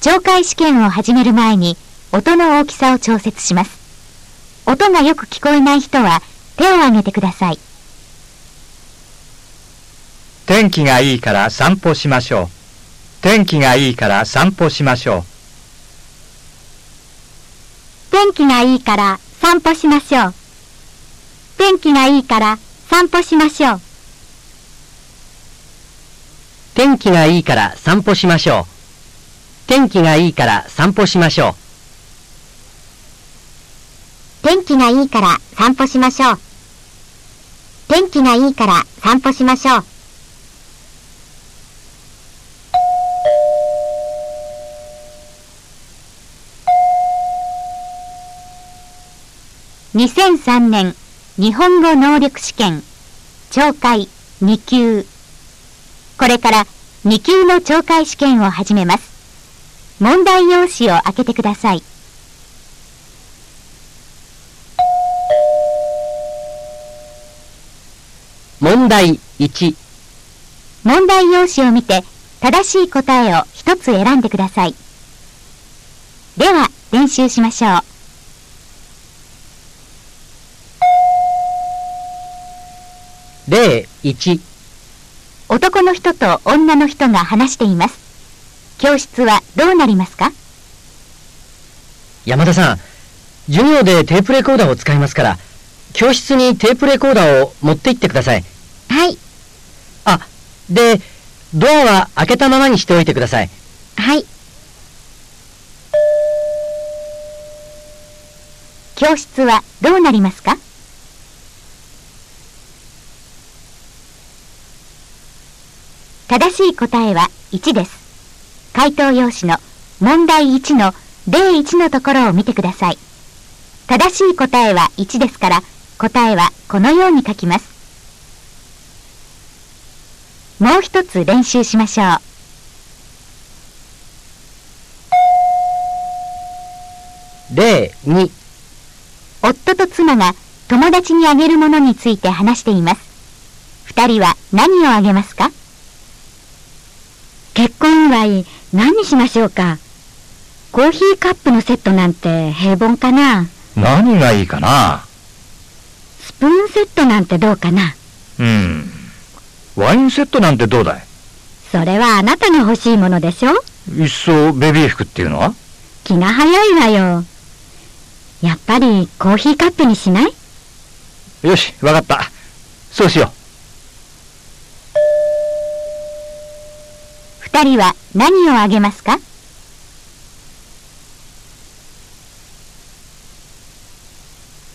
聴解試験を始める前に音の大きさを調節します。音がよく聞こえない人は手を挙げてください。天気がいいから散歩しましょう。天気がいいから散歩しましょう。天気がいいから散歩しましょう。天気がいいから散歩しましょう。天気がいいから散歩しましょう。天気がいいから散歩しましょう。天気がいいから散歩しましょう。天気がいいから散歩しましょう。2003年日本語能力試験懲戒2級これから2級の懲戒試験を始めます問題用紙を開けてください問題1、問題用紙を見て正しい答えを一つ選んでくださいでは練習しましょう例1、男の人と女の人が話しています教室はどうなりますか山田さん、授業でテープレコーダーを使いますから、教室にテープレコーダーを持って行ってください。はいあ、で、ドアは開けたままにしておいてください。はい教室はどうなりますか正しい答えは1です回答用紙の問題1の例1のところを見てください正しい答えは1ですから答えはこのように書きますもう一つ練習しましょう例2、夫と妻が友達にあげるものについて話しています。二人は何をあげますか結婚祝い何にしましょうかコーヒーカップのセットなんて平凡かな何がいいかなスプーンセットなんてどうかなうん。ワインセットなんてどうだいそれはあなたが欲しいものでしょ一層ベビー服っていうのは気が早いわよ。やっぱりコーヒーカップにしないよし、わかった。そうしよ二人は何をあげますか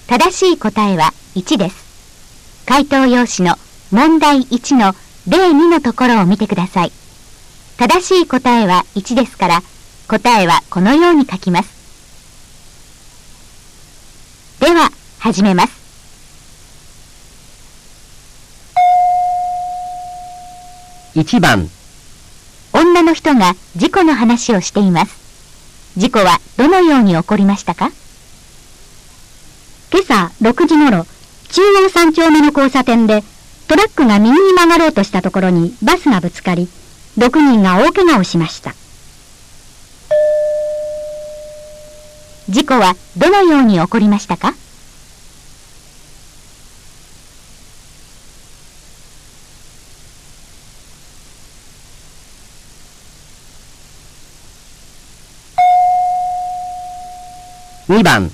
正しい答えは1です。回答用紙の問題1の例2のところを見てください。正しい答えは1ですから、答えはこのように書きます。では、始めます。 1番、女の人が事故の話をしています。事故はどのように起こりましたか今朝6時頃、中央三丁目の交差点でトラックが右に曲がろうとしたところにバスがぶつかり、6人が大怪我をしました。事故はどのように起こりましたか2番、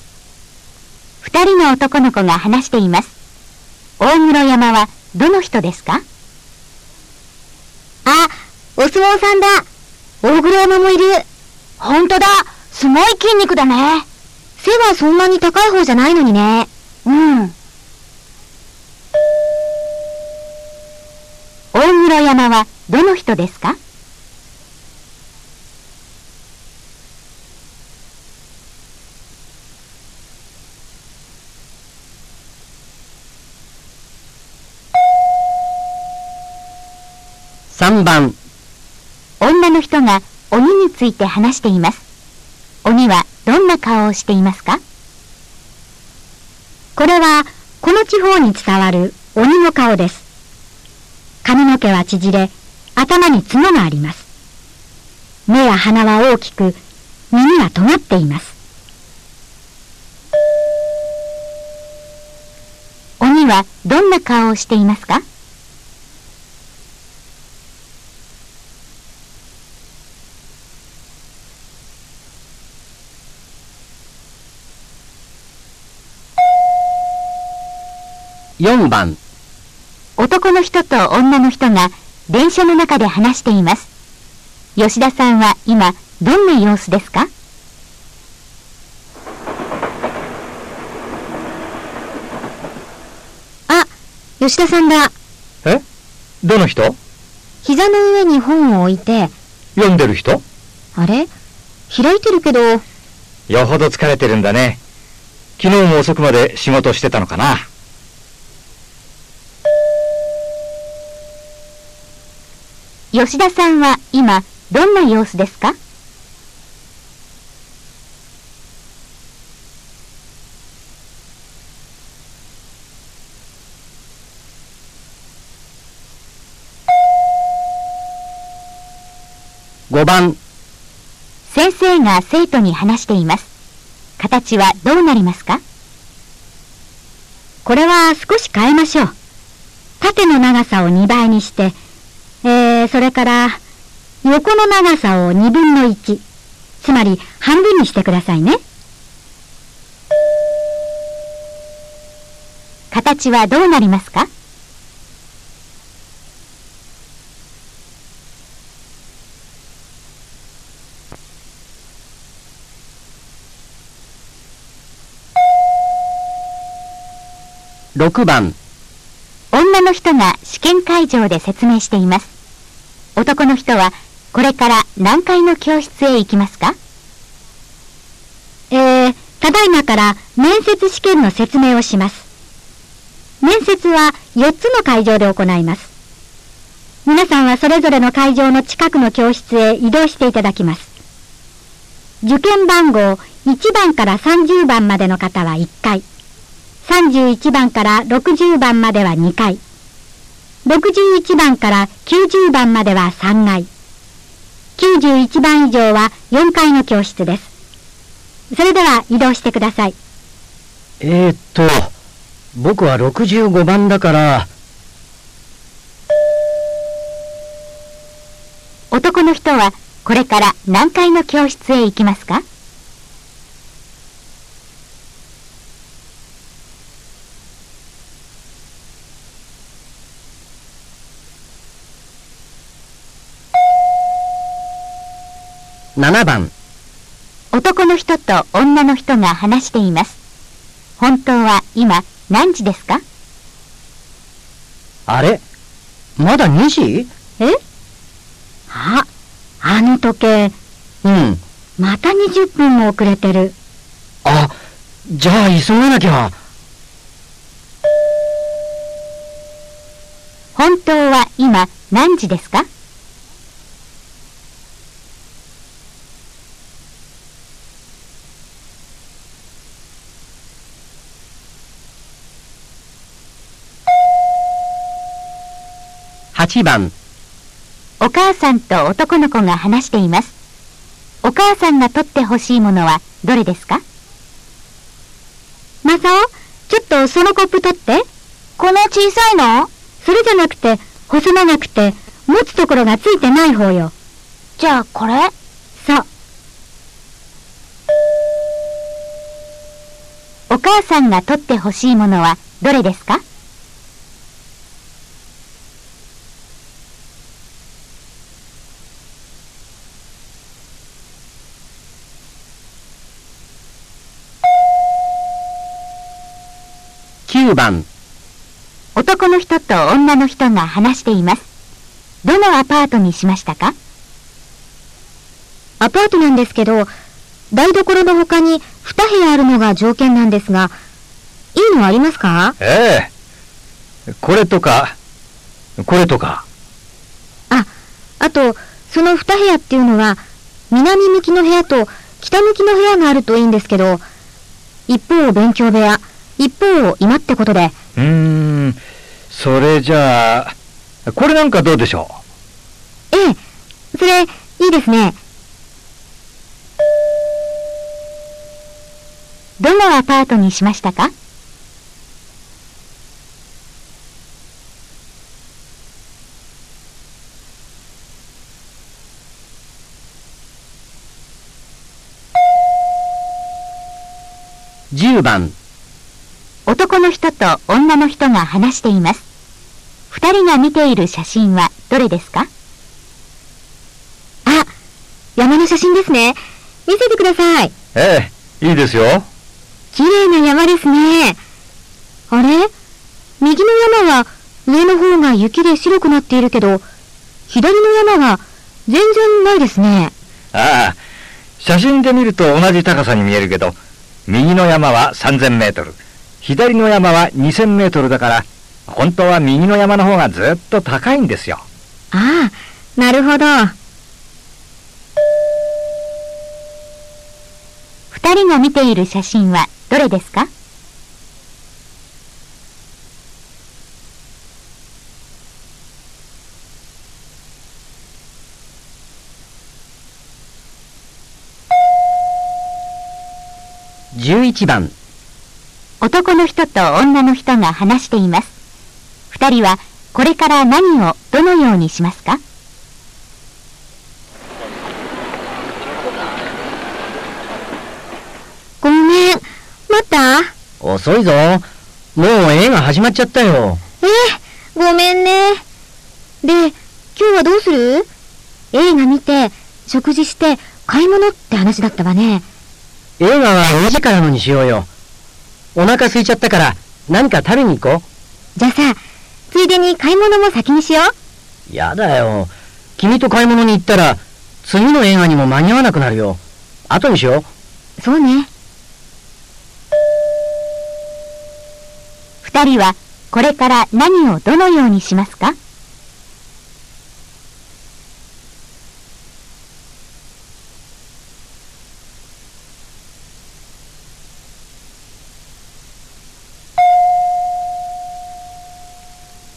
二人の男の子が話しています。大黒山はどの人ですかあ、お相撲さんだ。大黒山もいる。ほんとだ。すごい筋肉だね。背はそんなに高い方じゃないのにね。うん。大黒山はどの人ですか3番、女の人が鬼について話しています。鬼はどんな顔をしていますかこれは、この地方に伝わる鬼の顔です。髪の毛は縮れ、頭に角があります。目や鼻は大きく、耳は尖っています。鬼はどんな顔をしていますか4番男の人と女の人が電車の中で話しています。吉田さんは今どんな様子ですかあ、吉田さんだ。えどの人膝の上に本を置いて、読んでる人あれ開いてるけど、よほど疲れてるんだね。昨日も遅くまで仕事してたのかな。吉田さんは今どんな様子ですか5番先生が生徒に話しています。形はどうなりますかこれは少し変えましょう。縦の長さを2倍にして、えー、それから横の長さを2分の1、つまり半分にしてくださいね。形はどうなりますか6番女の人が試験会場で説明しています。男の人は、これから何階の教室へ行きますかえー、ただいまから面接試験の説明をします。面接は4つの会場で行います。皆さんはそれぞれの会場の近くの教室へ移動していただきます。受験番号1番から30番までの方は1回。31番から60番までは2回。61番から90番までは3回。91番以上は4階の教室です。それでは移動してください。えー、っと僕は65番だから男の人はこれから何階の教室へ行きますか7番男の人と女の人が話しています。本当は今何時ですかあれまだ2時えあ、あの時計、うんまた20分も遅れてる。あじゃあ急がなきゃ本当は今何時ですか8番お母さんと男の子が話しています。お母さんが取ってほしいものはどれですかマサオ、ちょっとそのコップ取って。この小さいのそれじゃなくて、細長くて、持つところがついてない方よ。じゃあこれそう。お母さんが取ってほしいものはどれですか9番男の人と女の人が話しています。どのアパートにしましたかアパートなんですけど、台所の他に2部屋あるのが条件なんですが、いいのありますかええこれとか、これとか。あと、その2部屋っていうのは、南向きの部屋と北向きの部屋があるといいんですけど、一方を勉強部屋、一方を今ってことで、うーん、それじゃあ、これなんかどうでしょええ、それ、いいですね。どのアパートにしましたか10番男の人と女の人が話しています。二人が見ている写真はどれですかあ、山の写真ですね。見せてください。ええ、いいですよ。綺麗な山ですね。あれ右の山は上の方が雪で白くなっているけど、左の山は全然ないですね。ああ、写真で見ると同じ高さに見えるけど、右の山は3000メートル、左の山は2000メートルだから、本当は右の山の方がずっと高いんですよ。ああ、なるほど。二人が見ている写真はどれですか11番男の人と女の人が話しています。二人はこれから何をどのようにしますかごめん、また遅いぞもう映画始まっちゃったよええ、ごめんね。で、今日はどうする映画見て、食事して、買い物って話だったわね。映画は4時からのにしようよお腹空いちゃったから何か食べに行こじゃあさ、ついでに買い物も先にしよう。うやだよ君と買い物に行ったら次の映画にも間に合わなくなるよ後にしようそうね。二人はこれから何をどのようにしますか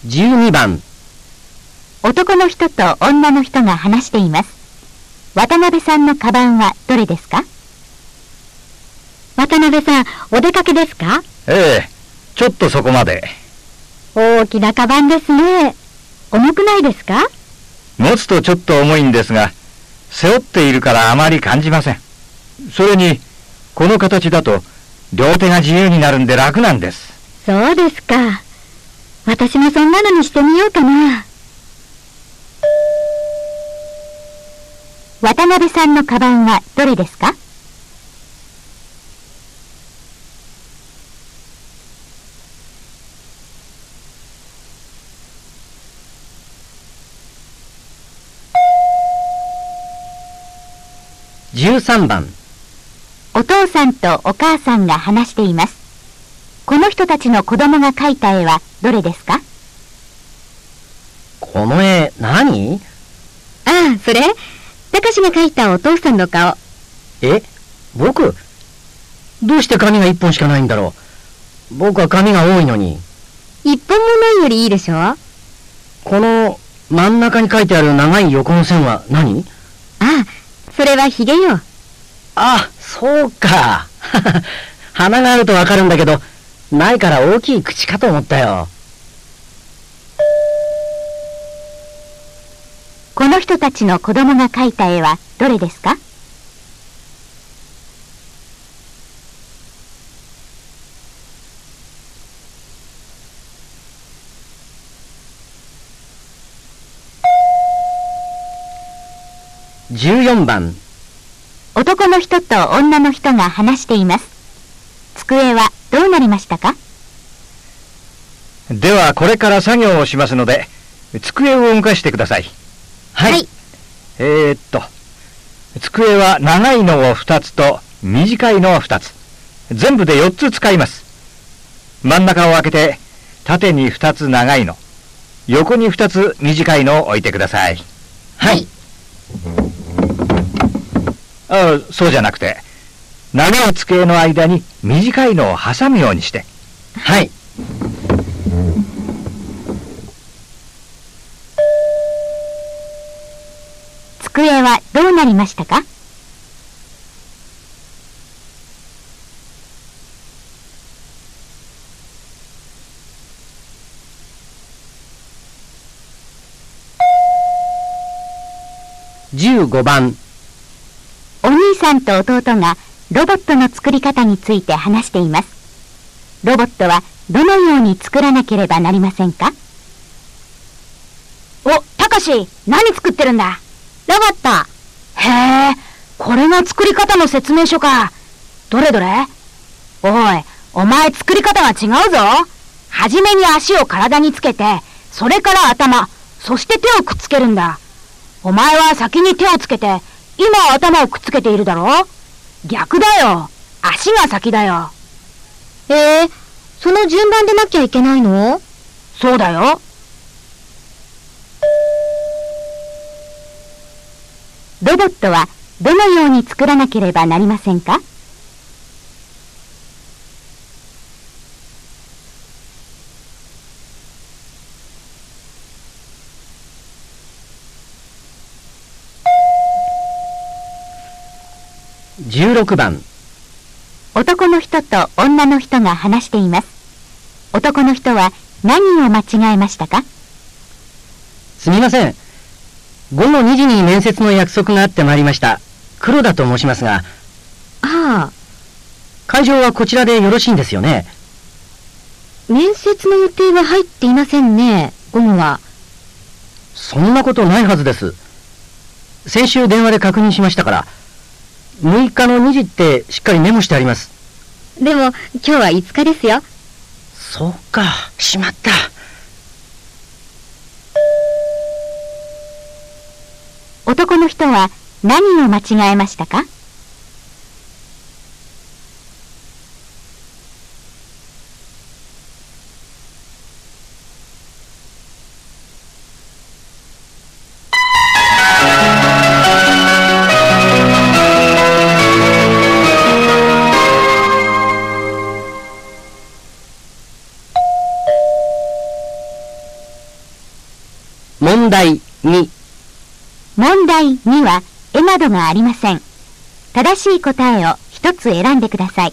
12番男の人と女の人が話しています。渡辺さんのカバンはどれですか渡辺さん、お出かけですかええ、ちょっとそこまで。大きなカバンですね。重くないですか持つとちょっと重いんですが、背負っているからあまり感じません。それに、この形だと、両手が自由になるんで楽なんです。そうですか。私もそんなのにしてみようかな。渡辺さんのカバンはどれですか13番お父さんとお母さんが話しています。この人たちの子供が描いた絵はどれですかこの絵何ああ、それたかしが描いたお父さんの顔。え僕どうして髪が1本しかないんだろう僕は髪が多いのに一本もないよりいいでしょあこの真ん中に書いてある長い横の線は何あ、それはヒゲよ。あそうか 鼻があるとわかるんだけどないから大きい口かと思ったよこの人たちの子供が描いた絵はどれですか14番男の人と女の人が話しています。机はどうなりましたかでは、これから作業をしますので、机を動かしてください。はい、はいえー、っと、机は長いのを2つと短いのを2つ。全部で4つ使います。真ん中を開けて、縦に2つ長いの、横に2つ短いのを置いてください。はい、あそうじゃなくて、長い机の間に短いのを挟むようにして。はい、机はどうなりましたか15番お兄さんと弟がロボットの作り方について話しています。ロボットはどのように作らなければなりませんかお、たかし、何作ってるんだロボット。へえ、これが作り方の説明書か。どれどれおい、お前作り方が違うぞ。はじめに足を体につけて、それから頭、そして手をくっつけるんだ。お前は先に手をつけて、今は頭をくっつけているだろ逆だよ。足が先だよ。ええその順番でなきゃいけないのそうだよ。ロボットはどのように作らなければなりませんか16番男の人と女の人が話しています。男の人は何を間違えましたかすみません午後2時に面接の約束があってまいりました黒田と申しますがああ、会場はこちらでよろしいんですよね面接の予定は入っていませんね、午後は。そんなことないはずです先週電話で確認しましたから6日の2時ってしっかりメモしてありますでも、今日は5日ですよ。そうかしまった男の人は何を間違えましたか問題2問題2は、絵などがありません。正しい答えを一つ選んでください。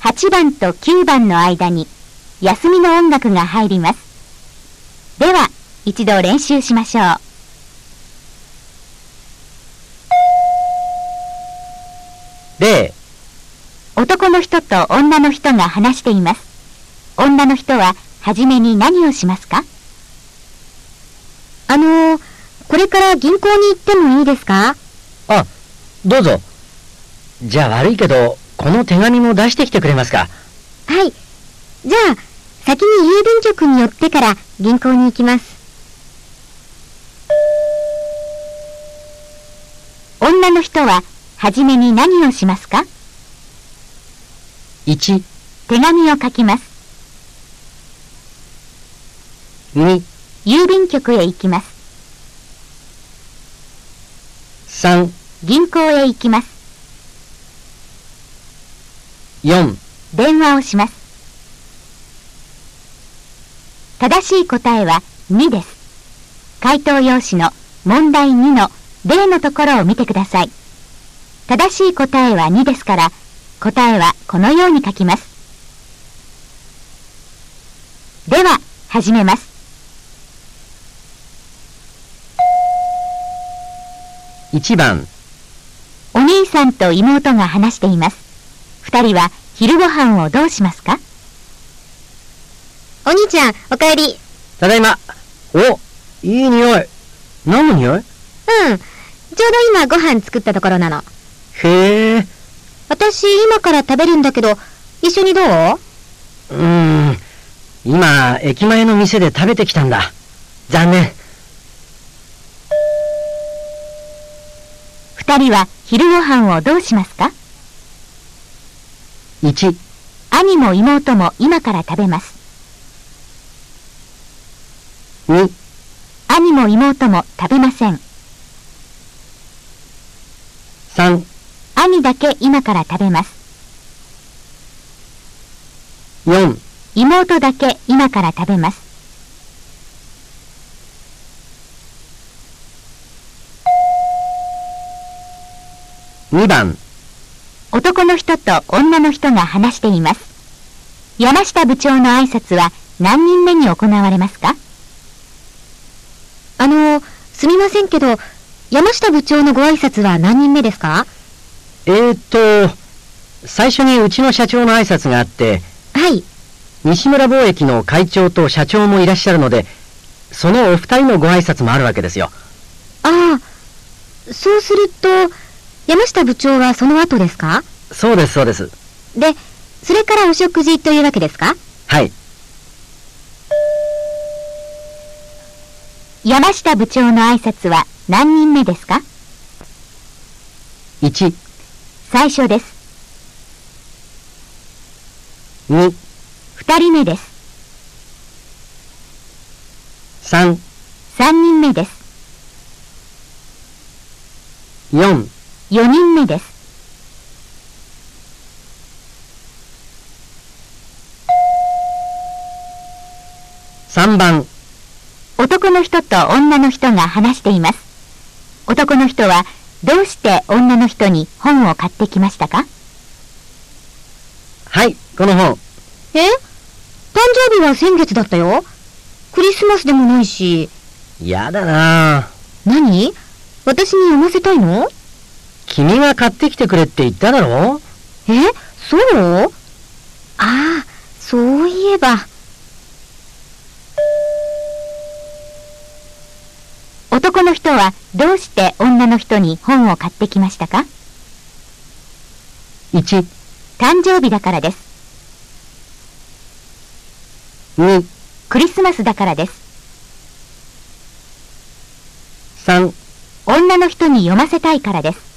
8番と9番の間に、休みの音楽が入ります。では、一度練習しましょう。例男の人と女の人が話しています。女の人は、はじめに何をしますかあのこれから銀行に行ってもいいですかあどうぞじゃあ悪いけどこの手紙も出してきてくれますかはい。じゃあ、先に郵便局に寄ってから銀行に行きます。女の人は、はじめに何をしますか1手紙を書きます。 2郵便局へ行きます。 3銀行へ行きます。 4電話をします。正しい答えは2です。回答用紙の問題2の例のところを見てください。正しい答えは2ですから、答えはこのように書きます。では、始めます。 1番お兄さんと妹が話しています。二人は昼ご飯をどうしますかお兄ちゃん、お帰り。ただいまおいい匂い何の匂いうん。ちょうど今ご飯作ったところなの。へえう私、今から食べるんだけど、一緒にどうーん今駅前の店で食べてきたんだ残念二人は昼ご飯をどうしますか1兄も妹も今から食べます。 2兄も妹も食べません。 3兄だけ今から食べます。 4妹だけ今から食べます。 2番男の人と女の人が話しています。山下部長の挨拶は何人目に行われますかあの、すみませんけど、山下部長のご挨拶は何人目ですかえーと、最初にうちの社長の挨拶があって、はい。西村貿易の会長と社長もいらっしゃるので、そのお二人のご挨拶もあるわけですよ。ああ、そうすると、山下部長はその後ですかそうです、そうです。で、それからお食事というわけですかはい。山下部長の挨拶は何人目ですか1、最初です。 2、二人目です。 3、三人目です。 4、四人目です。 3番、男の人と女の人が話しています。男の人はどうして女の人に本を買ってきましたかはい、この本。え誕生日は先月だったよ。クリスマスでもないし。やだなぁ。何私に読ませたいの君が買ってきてくれって言っただろえそうああ、そういえば。男の人はどうして女の人に本を買ってきましたか ?1、誕生日だからです。 2、クリスマスだからです。 3、女の人に読ませたいからです。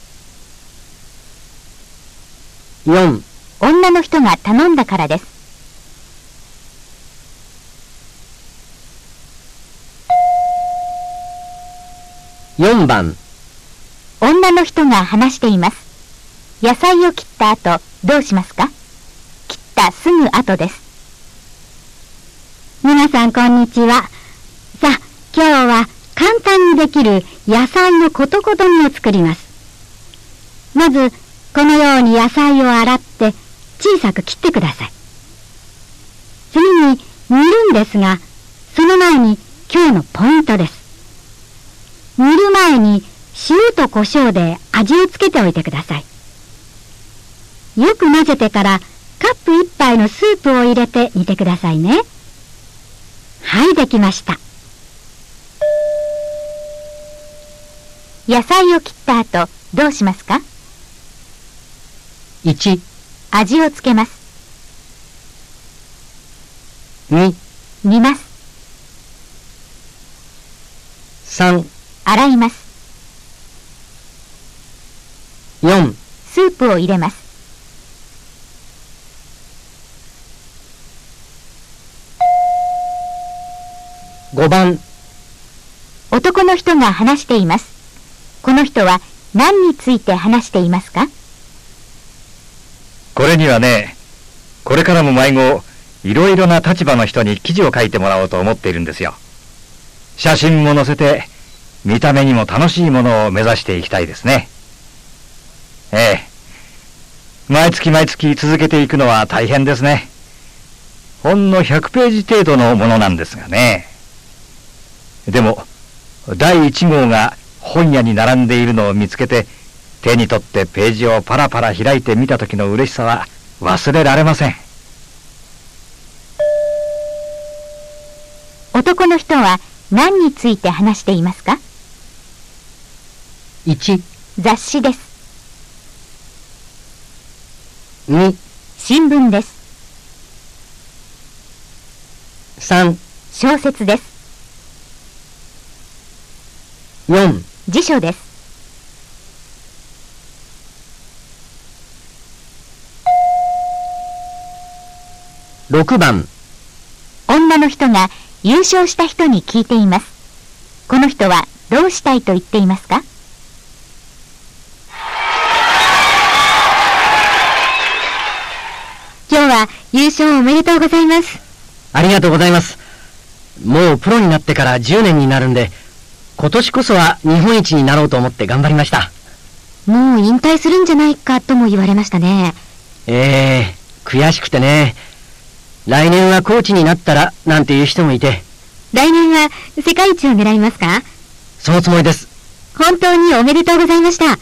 4、女の人が頼んだからです。 4番。女の人が話しています。野菜を切った後、どうしますか切ったすぐ後です。皆さん、こんにちは。さあ、今日は簡単にできる野菜のことこと煮を作ります。まず、このように野菜を洗って小さく切ってください。次に煮るんですが、その前に今日のポイントです。煮る前に塩と胡椒で味をつけておいてください。よく混ぜてからカップ一杯のスープを入れて煮てくださいね。はい、できました。野菜を切った後、どうしますか1、味をつけます。 2、煮ます。 3、洗います。 4、スープを入れます。 5番。男の人が話しています。この人は何について話していますかこれにはね、これからも毎号、いろいろな立場の人に記事を書いてもらおうと思っているんですよ。写真も載せて、見た目にも楽しいものを目指していきたいですね。ええ。毎月毎月続けていくのは大変ですね。ほんの100ページ程度のものなんですがね。でも、第1号が本屋に並んでいるのを見つけて、手に取ってページをパラパラ開いてみた時の嬉しさは忘れられません男の人は何について話していますか1、雑誌です。 2、新聞です。 3、小説です。 4、辞書です。 6番。女の人が優勝した人に聞いています。この人はどうしたいと言っていますか今日は優勝おめでとうございます。ありがとうございます。もうプロになってから10年になるんで、今年こそは日本一になろうと思って頑張りました。もう引退するんじゃないかとも言われましたね。ええ悔しくてね。来年はコーチになったら、なんていう人もいて、来年は世界一を狙いますかそのつもりです。本当におめでとうございました。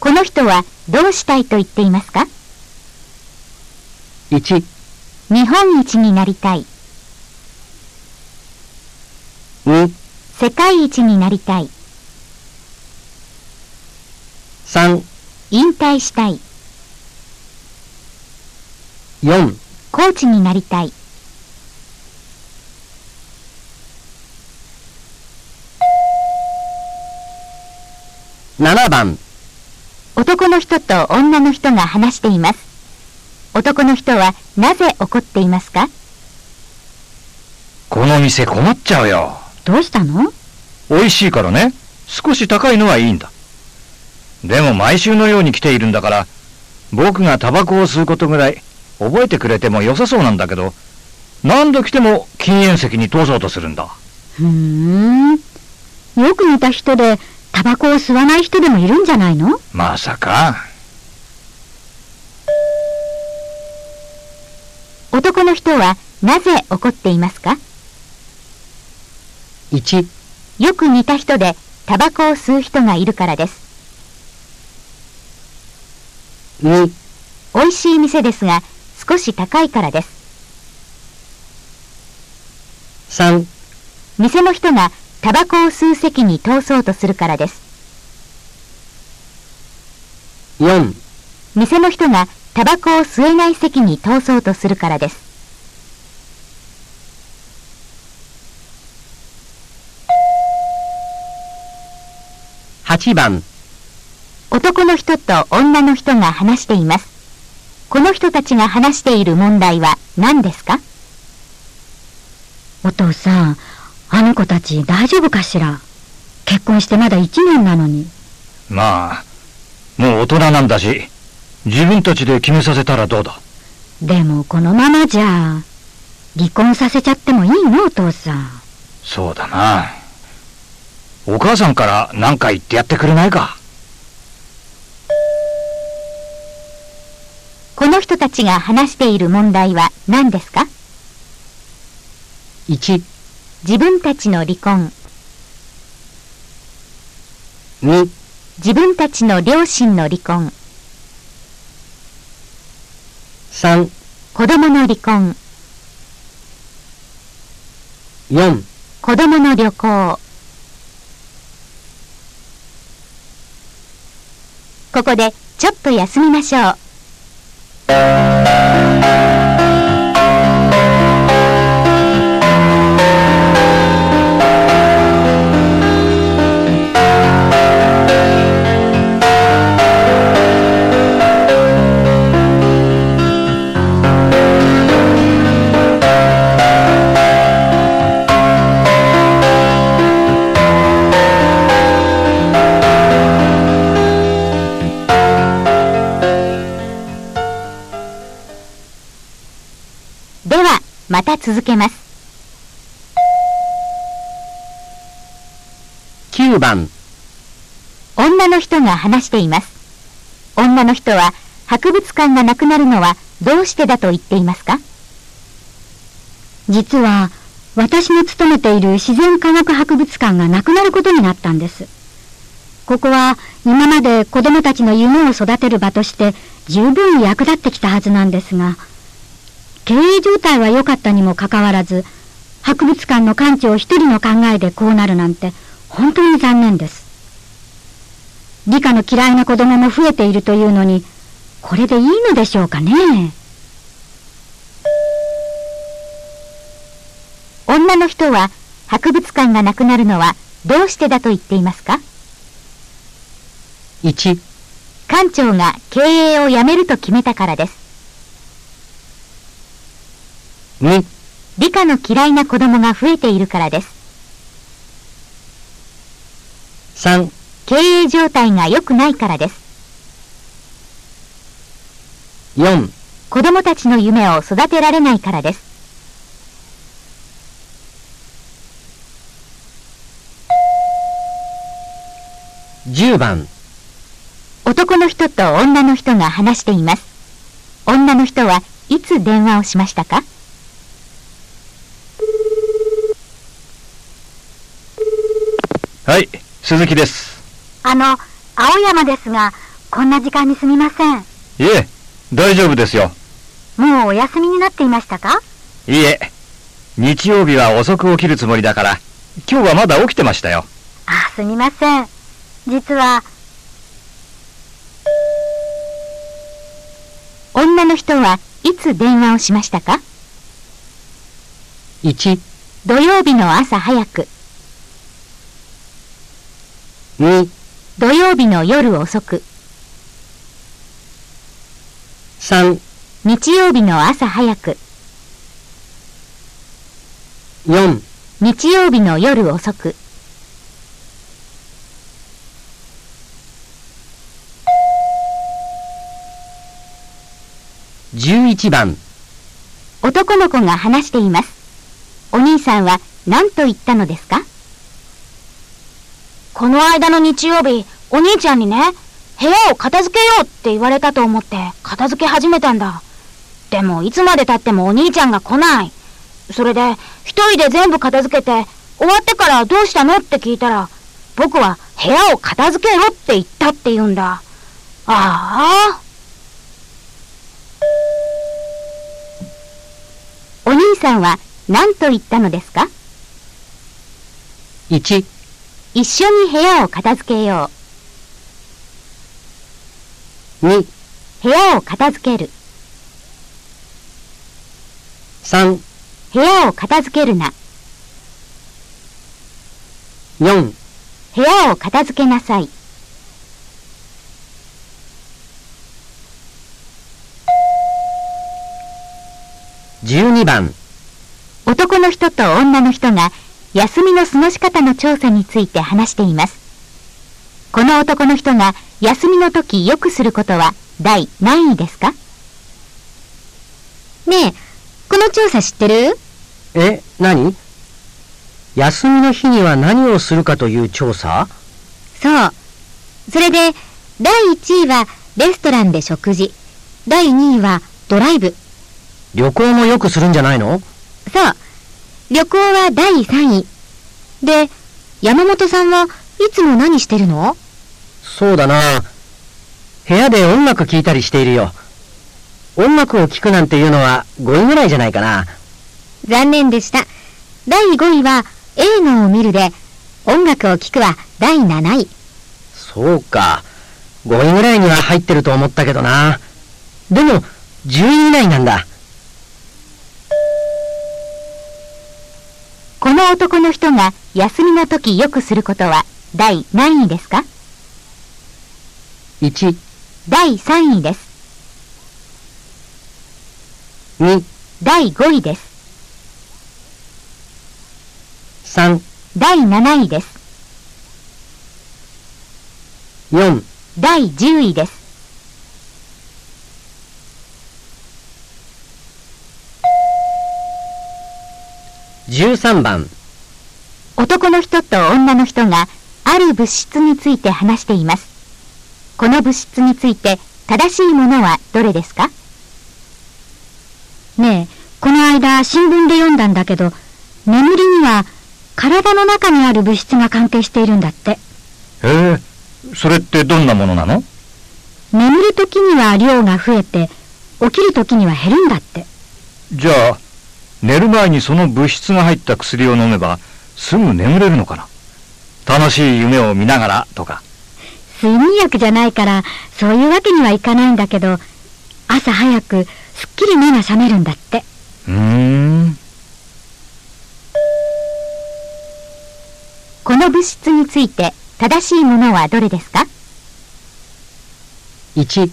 この人はどうしたいと言っていますか1、日本一になりたい。 2、世界一になりたい。 3、引退したい。 4、コーチになりたい。 7番、男の人と女の人が話しています。男の人はなぜ怒っていますかこの店困っちゃうよ。どうしたの美味しいからね。少し高いのはいいんだ。でも毎週のように来ているんだから、僕がタバコを吸うことぐらい覚えてくれても良さそうなんだけど、何度来ても禁煙席に通そうとするんだ。ふーん。よく似た人で、タバコを吸わない人でもいるんじゃないのまさか。男の人はなぜ怒っていますか1、よく似た人でタバコを吸う人がいるからです。 2、美味しい店ですが少し高いからです。 3、店の人がタバコを吸う席に通そうとするからです。 4、店の人がタバコを吸えない席に通そうとするからです。 8番、男の人と女の人が話しています。この人たちが話している問題は何ですかお父さん、あの子たち大丈夫かしら結婚してまだ1年なのに。まあ、もう大人なんだし、自分たちで決めさせたらどうだ。でもこのままじゃ、離婚させちゃってもいいのお父さん。そうだな。お母さんから何か言ってやってくれないか。この人たちが話している問題は何ですか1、自分たちの離婚、 2、自分たちの両親の離婚、 3、子供の離婚、 4、子供の旅行。ここでちょっと休みましょう。では、また続けます。 9番、女の人が話しています。女の人は博物館がなくなるのはどうしてだと言っていますか実は私の勤めている自然科学博物館がなくなることになったんです。ここは今まで子供たちの夢を育てる場として十分役立ってきたはずなんですが、経営状態は良かったにもかかわらず、博物館の館長一人の考えでこうなるなんて本当に残念です。理科の嫌いな子供も増えているというのに、これでいいのでしょうかね。女の人は博物館がなくなるのはどうしてだと言っていますか1、館長が経営を辞めると決めたからです。 2、理科の嫌いな子供が増えているからです。 3、経営状態が良くないからです。 4、子供たちの夢を育てられないからです。 10番、男の人と女の人が話しています。女の人はいつ電話をしましたかはい、鈴木です。あの、青山ですが、こんな時間にすみません。いえ、大丈夫ですよ。もうお休みになっていましたかいいえ、日曜日は遅く起きるつもりだから、今日はまだ起きてましたよ。あ、すみません。実は。女の人はいつ電話をしましたか1、土曜日の朝早く、 2、土曜日の夜遅く、 3、日曜日の朝早く、 4、日曜日の夜遅く。 11番、男の子が話しています。お兄さんは何と言ったのですかこの間の日曜日、お兄ちゃんにね、部屋を片付けようって言われたと思って片付け始めたんだ。でもいつまで経ってもお兄ちゃんが来ない。それで一人で全部片付けて終わってからどうしたのって聞いたら僕は部屋を片付けろって言ったって言うんだ。ああ。お兄さんは何と言ったのですか1、一緒に部屋を片付けよ2、う。部屋を片付ける。 3、部屋を片付けるな。 4、部屋を片付けなさい。 12番、男の人と女の人が休みの過ごし方の調査について話しています。この男の人が休みの時よくすることは第何位ですかねえ、この調査知ってるえ、何休みの日には何をするかという調査そう。それで、第1位はレストランで食事。第2位はドライブ。旅行もよくするんじゃないのそう。旅行は第3位。で、山本さんはいつも何してるのそうだな。部屋で音楽聴いたりしているよ。音楽を聴くなんていうのは5位ぐらいじゃないかな。残念でした。第5位は映画を見るで、音楽を聴くは第7位。そうか。5位ぐらいには入ってると思ったけどな。でも、10位以内なんだ。この男の人が休みの時よくすることは第何位ですか1、第3位です。 2、第5位です。 3、第7位です。 4、第10位です。 13番、男の人と女の人がある物質について話しています。この物質について正しいものはどれですかねえ、この間新聞で読んだんだけど、眠りには体の中にある物質が関係しているんだって。へえ、それってどんなものなの眠る時には量が増えて、起きる時には減るんだって。じゃあ、寝る前にその物質が入った薬を飲めば、すぐ眠れるのかな楽しい夢を見ながらとか。睡眠薬じゃないから、そういうわけにはいかないんだけど、朝早くすっきり目が覚めるんだって。うーん。この物質について正しいものはどれですか1、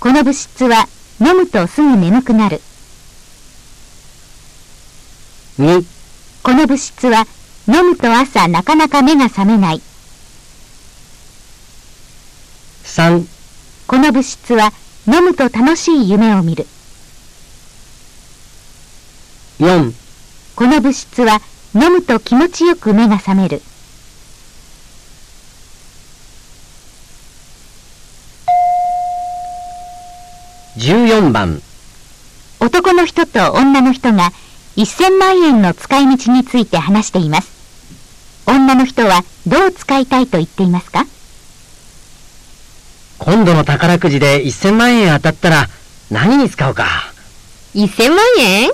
この物質は飲むとすぐ眠くなる。 2、この物質は飲むと朝なかなか目が覚めない。 3、この物質は飲むと楽しい夢を見る。 4、この物質は飲むと気持ちよく目が覚める。 14番、男の人と女の人が1000万円の使い道について話しています。女の人はどう使いたいと言っていますか今度の宝くじで1000万円当たったら何に使うか。 1000万円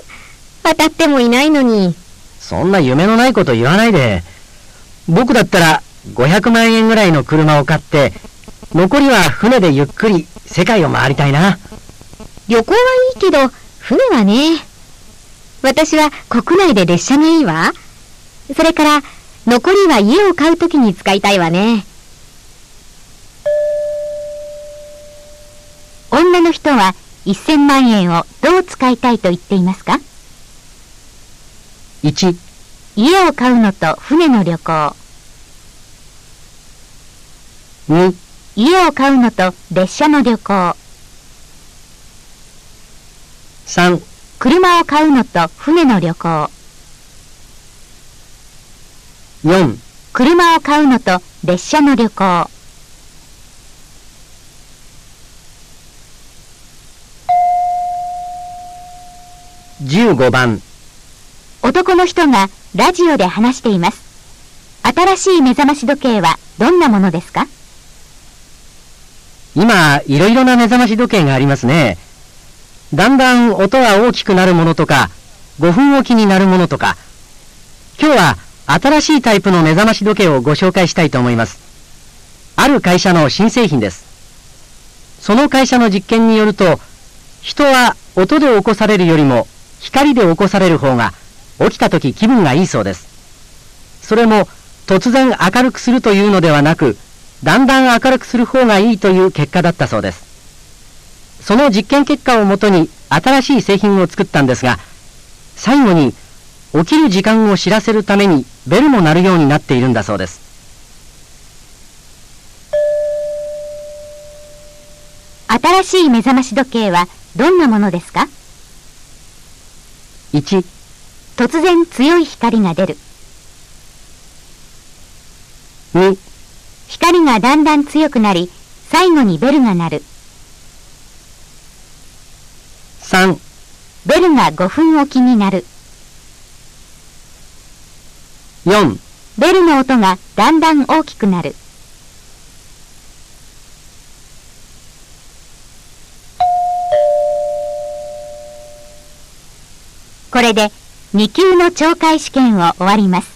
当たってもいないのに。そんな夢のないこと言わないで。僕だったら500万円ぐらいの車を買って、残りは船でゆっくり世界を回りたいな。旅行はいいけど、船はね。私は国内で列車がいいわ。それから、残りは家を買うときに使いたいわね。女の人は1000万円をどう使いたいと言っていますか1、家を買うのと船の旅行、 2、家を買うのと列車の旅行、 3、車を買うのと船の旅行、 4、車を買うのと列車の旅行。 15番。男の人がラジオで話しています。新しい目覚まし時計はどんなものですか今、いろいろな目覚まし時計がありますね。だんだん音が大きくなるものとか、5分おきになるものとか。今日は新しいタイプの目覚まし時計をご紹介したいと思います。ある会社の新製品です。その会社の実験によると、人は音で起こされるよりも光で起こされる方が起きた時気分がいいそうです。それも突然明るくするというのではなく、だんだん明るくする方がいいという結果だったそうです。その実験結果をもとに新しい製品を作ったんですが、最後に起きる時間を知らせるためにベルも鳴るようになっているんだそうです。新しい目覚まし時計はどんなものですか1、突然強い光が出る。 2、光がだんだん強くなり、最後にベルが鳴る。 3、ベルが5分おきになる。 4、ベルの音がだんだん大きくなる。これで2級の懲戒試験を終わります。